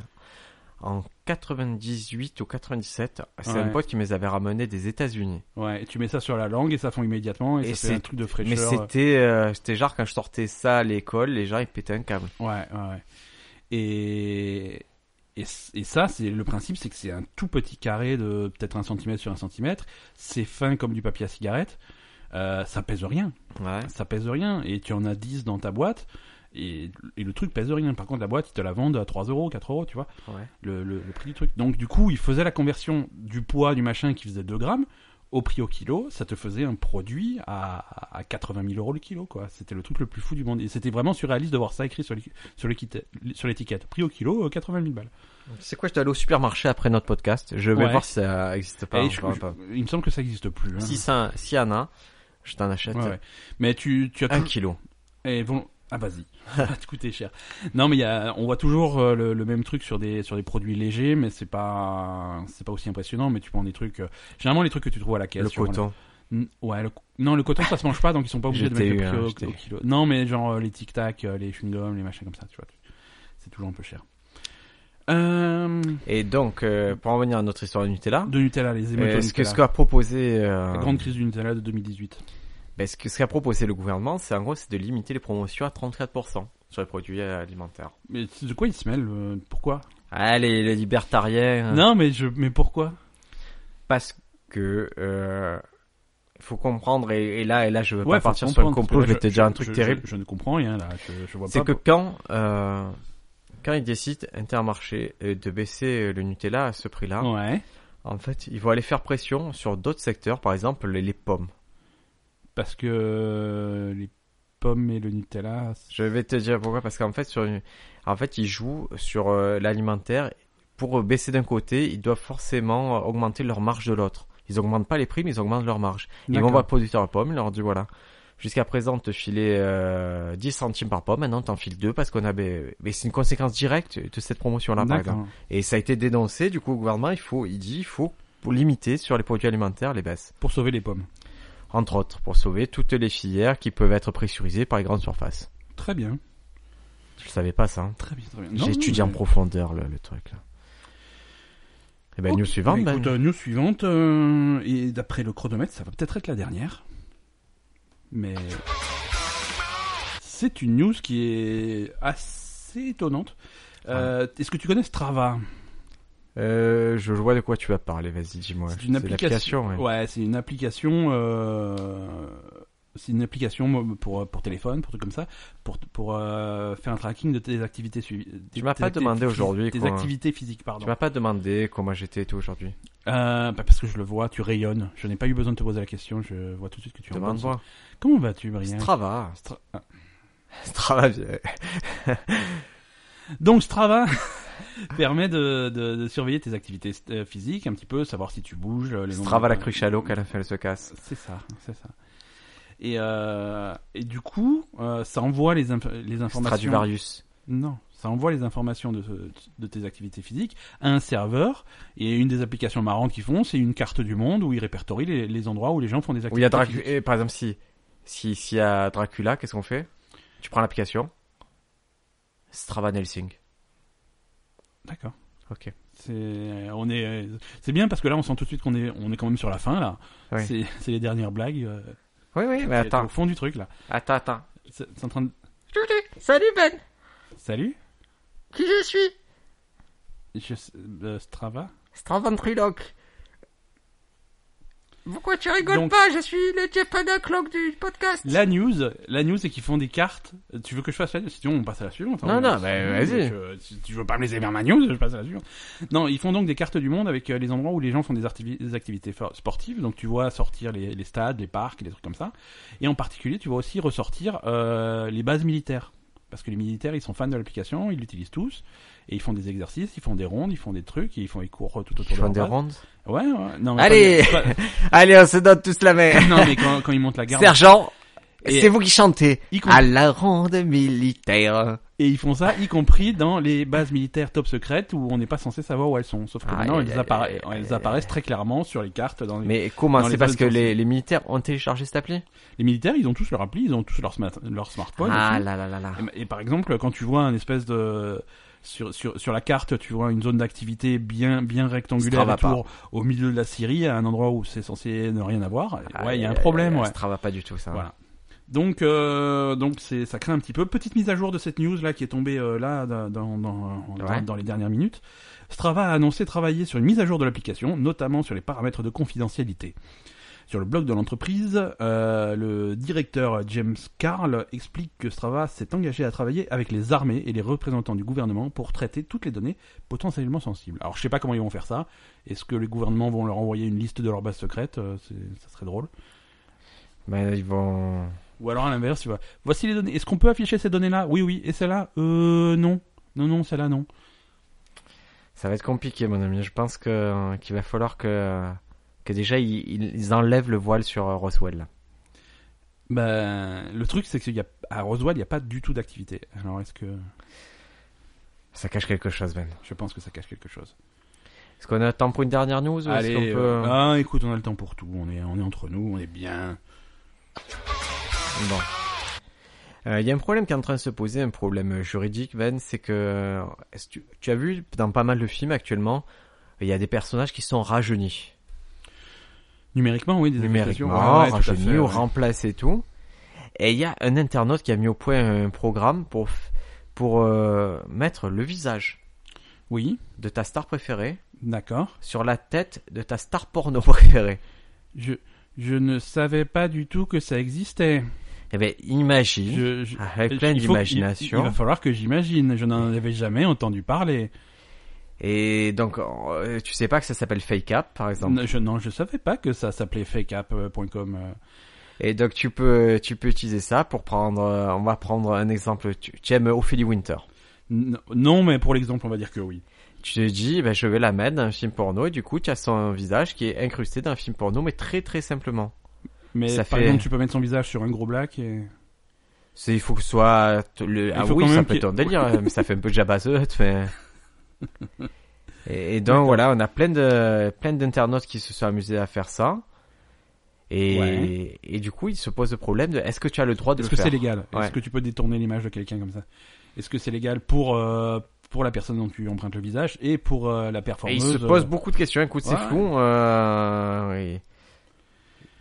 A: en 98 ou 97. C'est
B: Ouais.
A: un pote qui me les avait ramenés des États-Unis.
B: Ouais, et tu mets ça sur la langue et ça fond immédiatement et,
A: Et
B: ça fait
A: c'est-
B: un truc de
A: Mais
B: fraîcheur.
A: c'était, euh, c'était genre quand je sortais ça à l'école, les gens ils pétaient un câble.
B: Ouais, euh, ouais. ouais. Et, et, c- et ça, c'est le principe, c'est que c'est un tout petit carré de peut-être un centimètre sur un centimètre. C'est fin comme du papier à cigarette. Euh, ça pèse rien.
A: Ouais.
B: Ça pèse rien. Et tu en as 10 dans ta boîte. Et, et le truc pèse rien. Par contre, la boîte, ils te la vendent à 3 euros, 4 euros, tu vois.
A: Ouais.
B: Le, le, le prix du truc. Donc, du coup, ils faisaient la conversion du poids du machin qui faisait 2 grammes au prix au kilo. Ça te faisait un produit à, à 80 000 euros le kilo, quoi. C'était le truc le plus fou du monde. Et c'était vraiment surréaliste de voir ça écrit sur les- sur l'équité- sur l'étiquette. Prix au kilo, euh, 80 000 balles.
A: C'est quoi, je dois aller au supermarché après notre podcast. Je vais
B: Ouais.
A: voir si ça existe pas.
B: Et
A: je
B: je-
A: crois
B: je-
A: pas.
B: il me semble que ça existe plus. hein.
A: Si ça, si y en a, je t'en achète
B: Ouais, ouais. Mais tu, tu as
A: un
B: toujours-
A: kilo.
B: Et bon, ah vas-y, ça va te coûter cher. Non mais il y a, on voit toujours euh, le, le même truc sur des sur des produits légers, mais c'est pas c'est pas aussi impressionnant. Mais tu prends des trucs, euh, généralement les trucs que tu trouves à la caisse.
A: Le
B: tu vois,
A: coton.
B: là. Mm, Ouais, le co- non le coton ça se mange pas, donc ils sont pas obligés de
A: Je t'ai
B: mettre le
A: eu,
B: prix
A: hein,
B: au-
A: je t'ai
B: au
A: eu.
B: kilo. Non mais genre euh, les tic tac, euh, les chewing gum, les machins comme ça, tu vois, tu- c'est toujours un peu cher. Euh,
A: Et donc, euh, pour en venir à notre histoire de Nutella,
B: de Nutella, les émeutes
A: euh,
B: au
A: ce que-
B: Nutella.
A: ce qu'a proposé, euh,
B: La grande crise du Nutella de 2018.
A: ben, ce que- ce qu'a proposé le gouvernement, c'est en gros, c'est de limiter les promotions à 34% sur les produits euh, alimentaires.
B: Mais c'est- de quoi ils se mêlent euh, Pourquoi
A: Ah, les, les libertariens. euh,
B: Non mais je mais pourquoi
A: Parce que, euh, faut comprendre, et, et là, et là, je veux
B: Ouais,
A: pas
B: faut
A: partir sur un
B: comprendre, parce
A: complot,
B: que
A: je
B: là,
A: vais te dire un truc
B: je-
A: terrible.
B: Je, je ne comprends rien là, je, je vois
A: C'est
B: pas.
A: que quand, euh, quand ils décident, Intermarché, euh, de baisser euh, le Nutella à ce prix-là,
B: Ouais,
A: en fait, ils vont aller faire pression sur d'autres secteurs, par exemple les, les pommes.
B: parce que euh, les pommes et le Nutella. c'est-
A: Je vais te dire pourquoi, parce qu'en fait, sur une- en fait, ils jouent sur euh, l'alimentaire. Pour baisser d'un côté, ils doivent forcément euh, augmenter leur marge de l'autre. Ils augmentent pas les prix, mais ils augmentent leur marge. Ils vont
B: D'accord.
A: voir le producteur de pommes, ils leur disent voilà, Jusqu'à présent, te filait euh, 10 centimes par pomme. Maintenant, t'en files 2 parce qu'on a... Mais c'est une conséquence directe de cette promotion-là, par exemple.
B: D'accord.
A: Et ça a été dénoncé, du coup, au gouvernement, il faut, il dit, il faut limiter sur les produits alimentaires les baisses.
B: Pour sauver les pommes.
A: Entre autres, pour sauver toutes les filières qui peuvent être pressurisées par les grandes surfaces.
B: Très bien.
A: Je savais pas ça. hein.
B: Très bien, très bien. Non,
A: J'ai étudié
B: non,
A: en
B: mais-
A: profondeur le, le truc, là. Eh ben,
B: Ok.
A: news suivante, Ben.
B: Bah, écoute, euh, news suivante, euh, et d'après le chronomètre, ça va peut-être être la dernière. Mais. C'est une news qui est assez étonnante. Euh, Est-ce que tu connais Strava
A: Euh, je vois de quoi tu vas parler, vas-y, dis-moi.
B: C'est une
A: C'est
B: application.
A: l'application, ouais.
B: c'est une application. euh, C'est une application mo- pour, pour téléphone, pour trucs comme ça, pour, pour euh, faire un tracking de tes activités suivies.
A: Tu m'as pas demandé aujourd'hui,
B: Tes
A: quoi.
B: activités physiques, pardon.
A: Tu m'as pas demandé comment j'étais et tout aujourd'hui.
B: Euh, bah, parce que je le vois, tu rayonnes. Je n'ai pas eu besoin de te poser la question, je vois tout de suite que tu es en bonne
A: Demande-moi.
B: santé. Comment vas-tu, Brian
A: Strava.
B: Stra- ah.
A: Strava, euh, j'ai-
B: Donc Strava permet de, de- de surveiller tes activités euh, physiques un petit peu, savoir si tu bouges. euh, Les nombres
A: Strava
B: de-
A: la cruche à l'eau quand la fin elle se casse.
B: C'est ça, c'est ça. Et, euh, et du coup, euh, ça envoie les, inf- les informations.
A: Stradivarius.
B: Non, ça envoie les informations de, ce- de tes activités physiques à un serveur. Et une des applications marrantes qu'ils font, c'est une carte du monde où ils répertorient les, les endroits où les gens font des activités.
A: Où il y a Dracula.
B: physiques.
A: Par exemple, si si s'il y a Dracula, qu'est-ce qu'on fait Tu prends l'application. Strava Nelsing.
B: D'accord.
A: Ok.
B: C'est on est c'est bien parce que là on sent tout de suite qu'on est on est quand même sur la fin là.
A: Oui.
B: C'est c'est les dernières blagues. euh,
A: Oui, oui, mais
B: t'es- t'es
A: attends.
B: Au fond du truc là.
A: Attends, attends.
B: C'est c'est en train de
D: Salut Ben,
B: salut.
D: qui je suis
B: Je... sais- euh, Strava.
D: Straventriloque. Pourquoi tu rigoles
B: Donc-
D: pas Je suis le Jeff Panaclock du podcast.
B: La news la news c'est qu'ils font des cartes. Euh, Tu veux que je fasse la news Sinon on passe à la suivante.
A: Non,
B: hein.
A: non,
B: Si-
A: bah, vas-y.
B: je- Si tu veux pas me laisser vers ma news, je passe à la suivante. Non, ils font donc des cartes du monde avec euh, les endroits où les gens font des, artivi- des activités for- sportives. Donc tu vois sortir les, les stades, les parcs, les trucs comme ça. Et en particulier, tu vois aussi ressortir euh, les bases militaires. Parce que les militaires, ils sont fans de l'application, ils l'utilisent tous. Et ils font des exercices, ils font des rondes, ils font des trucs, et ils font ils courent tout autour
A: Ils
B: de
A: font
B: leur
A: des
B: base.
A: rondes.
B: Ouais, ouais. Non, mais
A: Allez
B: pas-
A: Allez, on se donne tous la main.
B: pas- Non, mais quand, quand ils montent la garde,
A: Sergent,
B: Et-
A: c'est vous qui chantez.
B: ils comptent-
A: À la ronde militaire.
B: et ils font ça, y compris dans les bases militaires top secrètes où on n'est pas censé savoir où elles sont. Sauf que
A: Aïe,
B: maintenant,
A: aïe, aïe,
B: elles, appara-
A: aïe, aïe,
B: elles
A: aïe.
B: apparaissent très clairement sur les cartes. Dans les...
A: Mais comment
B: Dans les
A: C'est parce
B: zones
A: que
B: sensibles.
A: les, les militaires ont téléchargé cette appli
B: les militaires, ils ont tous leur appli, ils ont tous leur, smart- leur smartphone. aussi.
A: Ah là là là là.
B: Et, et par exemple, quand tu vois un espèce de sur, sur, sur la carte, tu vois une zone d'activité bien bien rectangulaire
A: Strava
B: autour, au milieu de la Syrie, à un endroit où c'est censé ne rien avoir.
A: Ah,
B: ouais, il y a un
A: euh,
B: problème.
A: euh,
B: ouais.
A: Ça travaille pas du tout ça.
B: Voilà. Donc euh, donc c'est ça craint un petit peu. Petite mise à jour de cette news là qui est tombée euh, là dans dans, dans,
A: Ouais.
B: dans les dernières minutes. Strava a annoncé travailler sur une mise à jour de l'application, notamment sur les paramètres de confidentialité. Sur le blog de l'entreprise, euh, le directeur James Carl explique que Strava s'est engagé à travailler avec les armées et les représentants du gouvernement pour traiter toutes les données potentiellement sensibles. Alors je sais pas comment ils vont faire ça. Est-ce que les gouvernements vont leur envoyer une liste de leurs bases secrètes Euh, c'est- Ça serait drôle.
A: Mais Ben, ils vont.
B: Ou alors à l'inverse, tu vois. Voici les données. Est-ce qu'on peut afficher ces données-là Oui, oui. Et celle-là Euh, non. Non, non, celle-là, non.
A: Ça va être compliqué, mon ami. Je pense que qu'il va falloir que que déjà ils, ils- ils enlèvent le voile sur euh, Roswell.
B: Ben, le truc, c'est qu'à à Roswell, il n'y a pas du tout d'activité. Alors, est-ce que.
A: Ça cache quelque chose, Ben.
B: Je pense que ça cache quelque chose.
A: Est-ce qu'on a le temps pour une dernière news ou est-ce qu'on peut
B: euh, Ah, écoute, on a le temps pour tout. On est, on est entre nous, on est bien.
A: Bon. Euh, Il y a un problème qui est en train de se poser, un problème juridique, Ben, c'est que est-ce que tu, tu as vu dans pas mal de films actuellement, il y a des personnages qui sont rajeunis,
B: Numériquement, oui, des
A: numériquement, Ah,
B: applications. Ouais, ouais, tout à
A: rajeunis
B: fait,
A: ou
B: ouais.
A: remplacés et tout. Et il y a un internaute qui a mis au point un programme pour f- pour euh, mettre le visage
B: Oui,
A: de ta star préférée
B: d'accord.
A: sur la tête de ta star porno préférée.
B: Je, je ne savais pas du tout que ça existait.
A: Eh ben, imagine,
B: Je, je-
A: avec plein
B: il faut- Il, il
A: d'imagination.
B: va falloir que j'imagine. Je n'en avais jamais entendu parler.
A: Et donc, euh, tu sais pas que ça s'appelle Fake App, par exemple.
B: Non, je, non, je savais pas que ça s'appelait fakeapp.com. euh.
A: Et donc, tu peux, tu peux utiliser ça pour prendre, euh, on va prendre un exemple. Tu, tu aimes Ophélie Winter.
B: N- Non, mais pour l'exemple, on va dire que oui.
A: Tu te dis, ben, je vais la mettre dans un film porno et du coup, tu as son visage qui est incrusté dans un film porno, mais très très simplement.
B: Mais
A: Ça
B: par
A: fait-
B: exemple, tu peux mettre son visage sur un gros black et.
A: C'est, il faut que ce soit t- le, ah
B: faut
A: oui,
B: quand
A: ça
B: même
A: peut
B: qu'il-
A: être un délire, hein, mais ça fait un peu Jabba the Hutt, mais. Et, et donc voilà, on a plein de, plein d'internautes qui se sont amusés à faire ça. Et,
B: Ouais.
A: et du coup, il se pose le problème de est-ce que tu as le droit de
B: Est-ce
A: le
B: que
A: faire
B: c'est légal
A: Ouais.
B: Est-ce que tu peux détourner l'image de quelqu'un comme ça Est-ce que c'est légal pour euh, pour la personne dont tu empruntes le visage et pour euh, la
A: Et
B: performeuse
A: il se pose beaucoup de questions. Écoute, c'est
B: Ouais.
A: flou. Euh,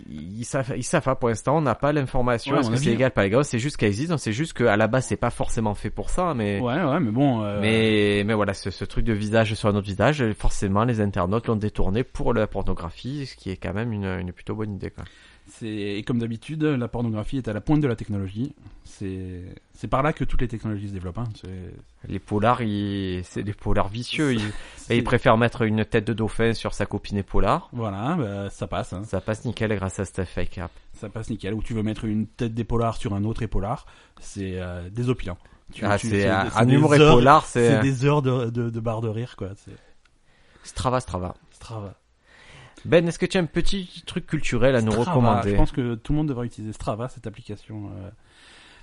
A: ils, ils savent, ils savent pas pour l'instant. On n'a pas l'information.
B: Ouais,
A: Est-ce
B: on
A: que
B: a
A: c'est
B: vu.
A: légal, pas légal C'est juste qu'elle existe. On sait juste qu'à la base, c'est pas forcément fait pour ça, mais.
B: euh, Ouais, ouais, mais bon. euh,
A: Mais, mais voilà, ce, ce truc de visage sur un autre visage, forcément, les internautes l'ont détourné pour la pornographie, ce qui est quand même une, une plutôt bonne idée. Quoi.
B: C'est et comme d'habitude, la pornographie est à la pointe de la technologie. C'est c'est par là que toutes les technologies se développent. hein. C'est-
A: Les polars, ils- c'est des polars vicieux. Ils, et
B: c'est-
A: ils préfèrent mettre une tête de dauphin sur sa copine et polar.
B: Voilà, bah, ça passe. hein.
A: Ça passe nickel grâce à cette fake app.
B: Ça passe nickel. Ou tu veux mettre une tête d'épaulard sur un autre épaulard, c'est euh, désopilant. Tu-
A: Ah,
B: tu-
A: c'est un
B: c'est
A: un
B: des
A: humour et
B: heures-
A: polar,
B: C'est
A: c'est euh,
B: des heures de, de, de barres de rire, quoi. C'est
A: Strava, Strava.
B: Strava.
A: Ben, est-ce que tu as un petit truc culturel à nous
B: Strava,
A: recommander
B: Je pense que tout le monde devrait utiliser Strava, cette application. euh.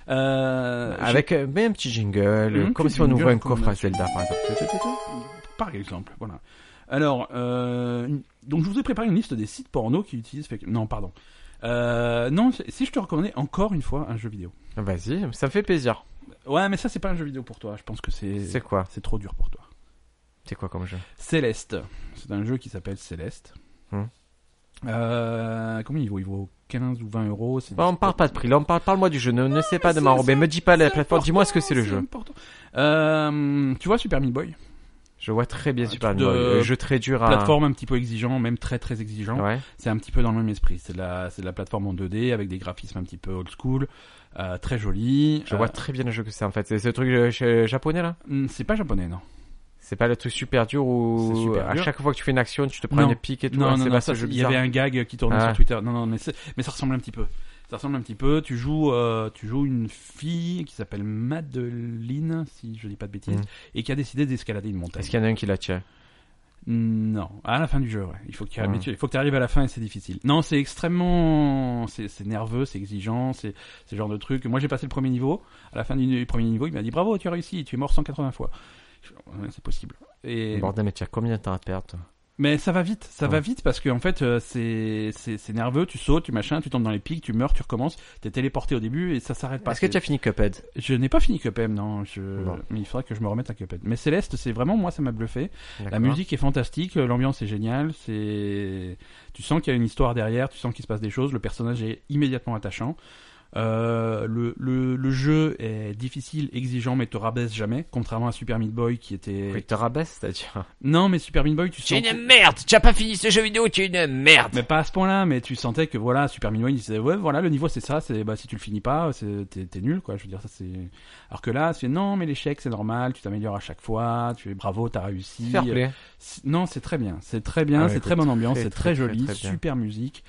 B: Euh,
A: Avec euh, mais un petit jingle,
B: Mhm,
A: comme
B: petit
A: si on ouvrait
B: jingle,
A: un coffre à
B: comme-
A: Zelda par exemple.
B: j'ai- Par exemple, voilà. Alors, euh, une- donc je vous ai préparé une liste des sites porno qui utilisent. fake- Non, pardon. Euh, non, si je te recommandais encore une fois un jeu vidéo.
A: Vas-y, ça me fait plaisir.
B: Ouais, mais ça c'est pas un jeu vidéo pour toi. Je pense que
A: C'est
B: c'est
A: quoi
B: c'est trop dur pour toi.
A: C'est quoi comme jeu
B: Céleste. C'est un jeu qui s'appelle Céleste.
A: Hum.
B: Euh, combien il vaut Il vaut 15 ou 20 euros. c'est-
A: Bon, on parle pas de prix, là, on parle, parle-moi du jeu, ne, ne sais pas de m'enrober, me dis pas la
B: C'est
A: plateforme, dis-moi ce que
B: important,
A: c'est le jeu.
B: important. Euh, tu vois Super Meat Boy
A: Je vois très bien
B: Un
A: Super
B: truc de-
A: Nintendo, un jeu très dur à...
B: Plateforme un petit peu exigeant, même très très exigeant.
A: Ah. Ouais.
B: C'est un petit peu dans le même esprit. C'est de la, c'est de la plateforme en 2D avec des graphismes un petit peu old school, euh, très joli.
A: Je
B: Euh,
A: vois très bien le jeu que c'est en fait. C'est ce truc euh, chez- japonais là
B: hmm, c'est pas japonais non.
A: C'est pas le truc super dur où
B: C'est super
A: à
B: dur.
A: chaque fois que tu fais une action, tu te prends
B: Non.
A: une pique et tout.
B: non
A: hein,
B: non
A: c'est
B: non,
A: pas
B: ça,
A: ce jeu
B: il y
A: bizarre.
B: avait un gag qui tournait
A: Ah.
B: sur Twitter. Non non mais c'est- mais ça ressemble un petit peu. Ça ressemble un petit peu. Tu joues euh, tu joues une fille qui s'appelle Madeline si je dis pas de bêtises
A: Hmm.
B: et qui a décidé d'escalader une montagne.
A: Est-ce qu'il y en a un qui la tient
B: Non, à la fin du jeu, ouais. Il faut que tu
A: Ouais.
B: mais tu- il faut que tu arrives à la fin et c'est difficile. Non, c'est extrêmement, c'est c'est nerveux, c'est exigeant, c'est c'est le genre de truc. Moi, j'ai passé le premier niveau. À la fin du, du premier niveau, il m'a dit bravo, tu as réussi, tu es mort 180 fois. Je fais, Ouais, c'est possible. Et
A: Bordel, mais tu as combien de temps à perdre toi
B: mais ça va vite, ça
A: Ouais.
B: va vite parce que en fait, euh, c'est c'est c'est nerveux. Tu sautes, tu machin, tu tombes dans les pics, tu meurs, tu recommences. T'es téléporté au début et ça s'arrête pas.
A: Est-ce que
B: C'est-
A: tu as fini Cuphead
B: je n'ai pas fini Cuphead, non. Je...
A: Bon.
B: Mais il faudra que je me remette à Cuphead. Mais Céleste, c'est vraiment moi, ça m'a bluffé. La
A: D'accord.
B: musique est fantastique, euh, l'ambiance est géniale, c'est tu sens qu'il y a une histoire derrière, tu sens qu'il se passe des choses, le personnage est immédiatement attachant. Euh, le, le, le jeu est difficile, exigeant, mais te rabaisse jamais, contrairement à Super Meat Boy qui était.
A: Oui, te rabaisse, c'est-à-dire.
B: Non, mais Super Meat Boy, tu sens. que-
A: merde Tu as pas fini ce jeu vidéo, tu es une merde
B: Mais pas à ce point-là, mais tu sentais que voilà, Super Meat Boy, il disait ouais, voilà, le niveau c'est ça, c'est bah si tu le finis pas, c'est- t'es t'es nul quoi. Je veux dire ça c'est. Alors que là, c'est non, mais l'échec c'est normal, tu t'améliores à chaque fois, tu es bravo, t'as réussi.
A: Fair play.
B: C'est- Non, c'est très bien, c'est très bien,
A: Ah ouais,
B: c'est
A: écoute,
B: très bonne ambiance,
A: très,
B: c'est
A: très,
B: très,
A: très,
B: joli,
A: très bien.
B: super musique,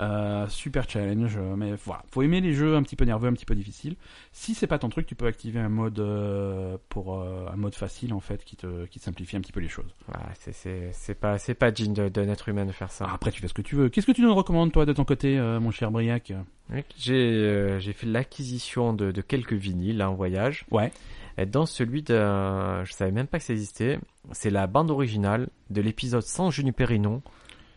B: euh, super challenge. euh, Mais voilà, faut aimer les jeux un petit peu nerveux, un petit peu difficiles. Si c'est pas ton truc, tu peux activer un mode euh, pour euh, un mode facile en fait qui te qui te simplifie un petit peu les choses.
A: Ouais, c'est- c'est c'est pas, c'est pas digne de- d'un être humain de faire ça.
B: Après, tu fais ce que tu veux. Qu'est-ce que tu nous recommandes toi de ton côté, euh, mon cher Briac
A: Oui, J'ai euh, j'ai fait l'acquisition de, de quelques vinyles là, en voyage.
B: Ouais.
A: Et dans celui de... Je savais même pas que ça existait. C'est la bande originale de l'épisode sans Juniperino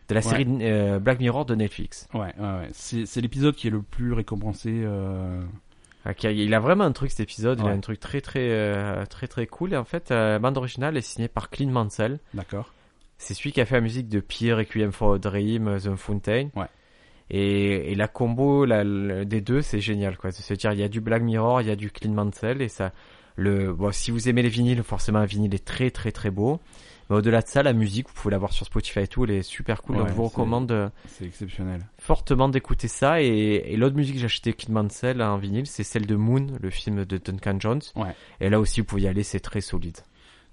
A: de la
B: Ouais.
A: série euh, Black Mirror de Netflix.
B: Ouais, ouais, ouais. C'est c'est l'épisode qui est le plus récompensé. euh,
A: Ah, qui a- Il a vraiment un truc cet épisode. Il a
B: Ouais.
A: un truc très très euh, très très cool. Et en fait, euh, la bande originale est signée par Clint Mansell.
B: D'accord.
A: C'est celui qui a fait la musique de Pierre, Requiem for a Dream, The Fountain.
B: Ouais.
A: Et, et la combo la- le- des deux, c'est génial, quoi. C'est-à-dire, il y a du Black Mirror, il y a du Clean Mantle, et ça, le, bon, si vous aimez les vinyles, forcément, un vinyle est très, très, très beau. Mais au-delà de ça, la musique, vous pouvez la voir sur Spotify et tout, elle est super cool. donc,
B: Ouais,
A: je vous
B: c'est-
A: recommande euh,
B: C'est exceptionnel.
A: fortement d'écouter ça. Et, et l'autre musique que j'ai acheté Clean Mantle en vinyle, c'est celle de Moon, le film de Duncan Jones.
B: Ouais.
A: Et là aussi, vous pouvez y aller, c'est très solide.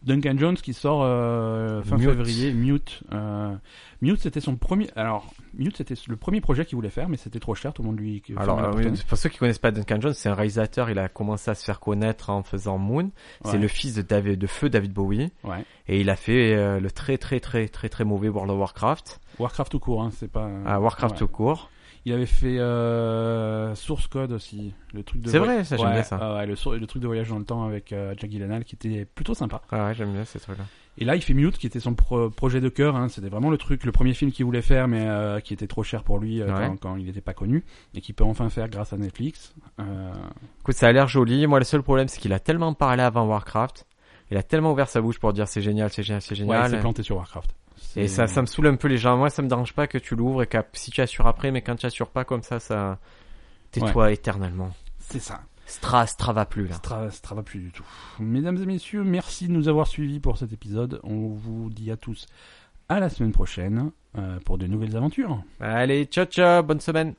B: Duncan Jones qui sort euh, fin
A: Mute.
B: février, Mute. Euh, Mute, c'était son premier. Alors, Mute, c'était le premier projet qu'il voulait faire, mais c'était trop cher, tout le monde lui. que-
A: Alors,
B: fermait la
A: euh,
B: porte.
A: oui, pour ceux qui connaissent pas Duncan Jones, c'est un réalisateur. Il a commencé à se faire connaître en faisant Moon.
B: Ouais.
A: C'est le fils de David, de feu David Bowie.
B: Ouais.
A: Et il a fait euh, le très très très très très mauvais World of Warcraft.
B: Warcraft tout court, hein, c'est pas.
A: à Ah, Warcraft
B: ouais.
A: tout court.
B: Il avait fait euh, Source Code aussi, le truc de.
A: C'est
B: voy-
A: vrai, ça, j'aime
B: Ouais,
A: bien ça.
B: ah ouais, le, sour- le truc de voyage dans le temps avec euh, Jack Gyllenhaal qui était plutôt sympa.
A: Ah ouais, j'aime bien ces trucs-là.
B: Et là, il fait Mute, qui était son pro- projet de cœur. hein, C'était vraiment le truc, le premier film qu'il voulait faire, mais euh, qui était trop cher pour lui euh,
A: Ouais.
B: quand, quand il n'était pas connu, et qui peut enfin faire grâce à Netflix. Euh,
A: Écoute, ça a l'air joli. Moi, le seul problème, c'est qu'il a tellement parlé avant Warcraft. Il a tellement ouvert sa bouche pour dire c'est génial, c'est génial, c'est
B: ouais, il
A: génial.
B: s'est planté sur Warcraft. C'est-
A: et ça, ça me saoule un peu les gens. Moi, ça me dérange pas que tu l'ouvres et que si tu assures après, mais quand tu assures pas comme ça, ça. Tais-toi éternellement.
B: C'est ça.
A: Stra, Stra va plus là.
B: Stra, Stra va plus du tout. Mesdames et messieurs, merci de nous avoir suivis pour cet épisode. On vous dit à tous à la semaine prochaine euh, pour de nouvelles aventures.
A: Allez, ciao ciao, bonne semaine.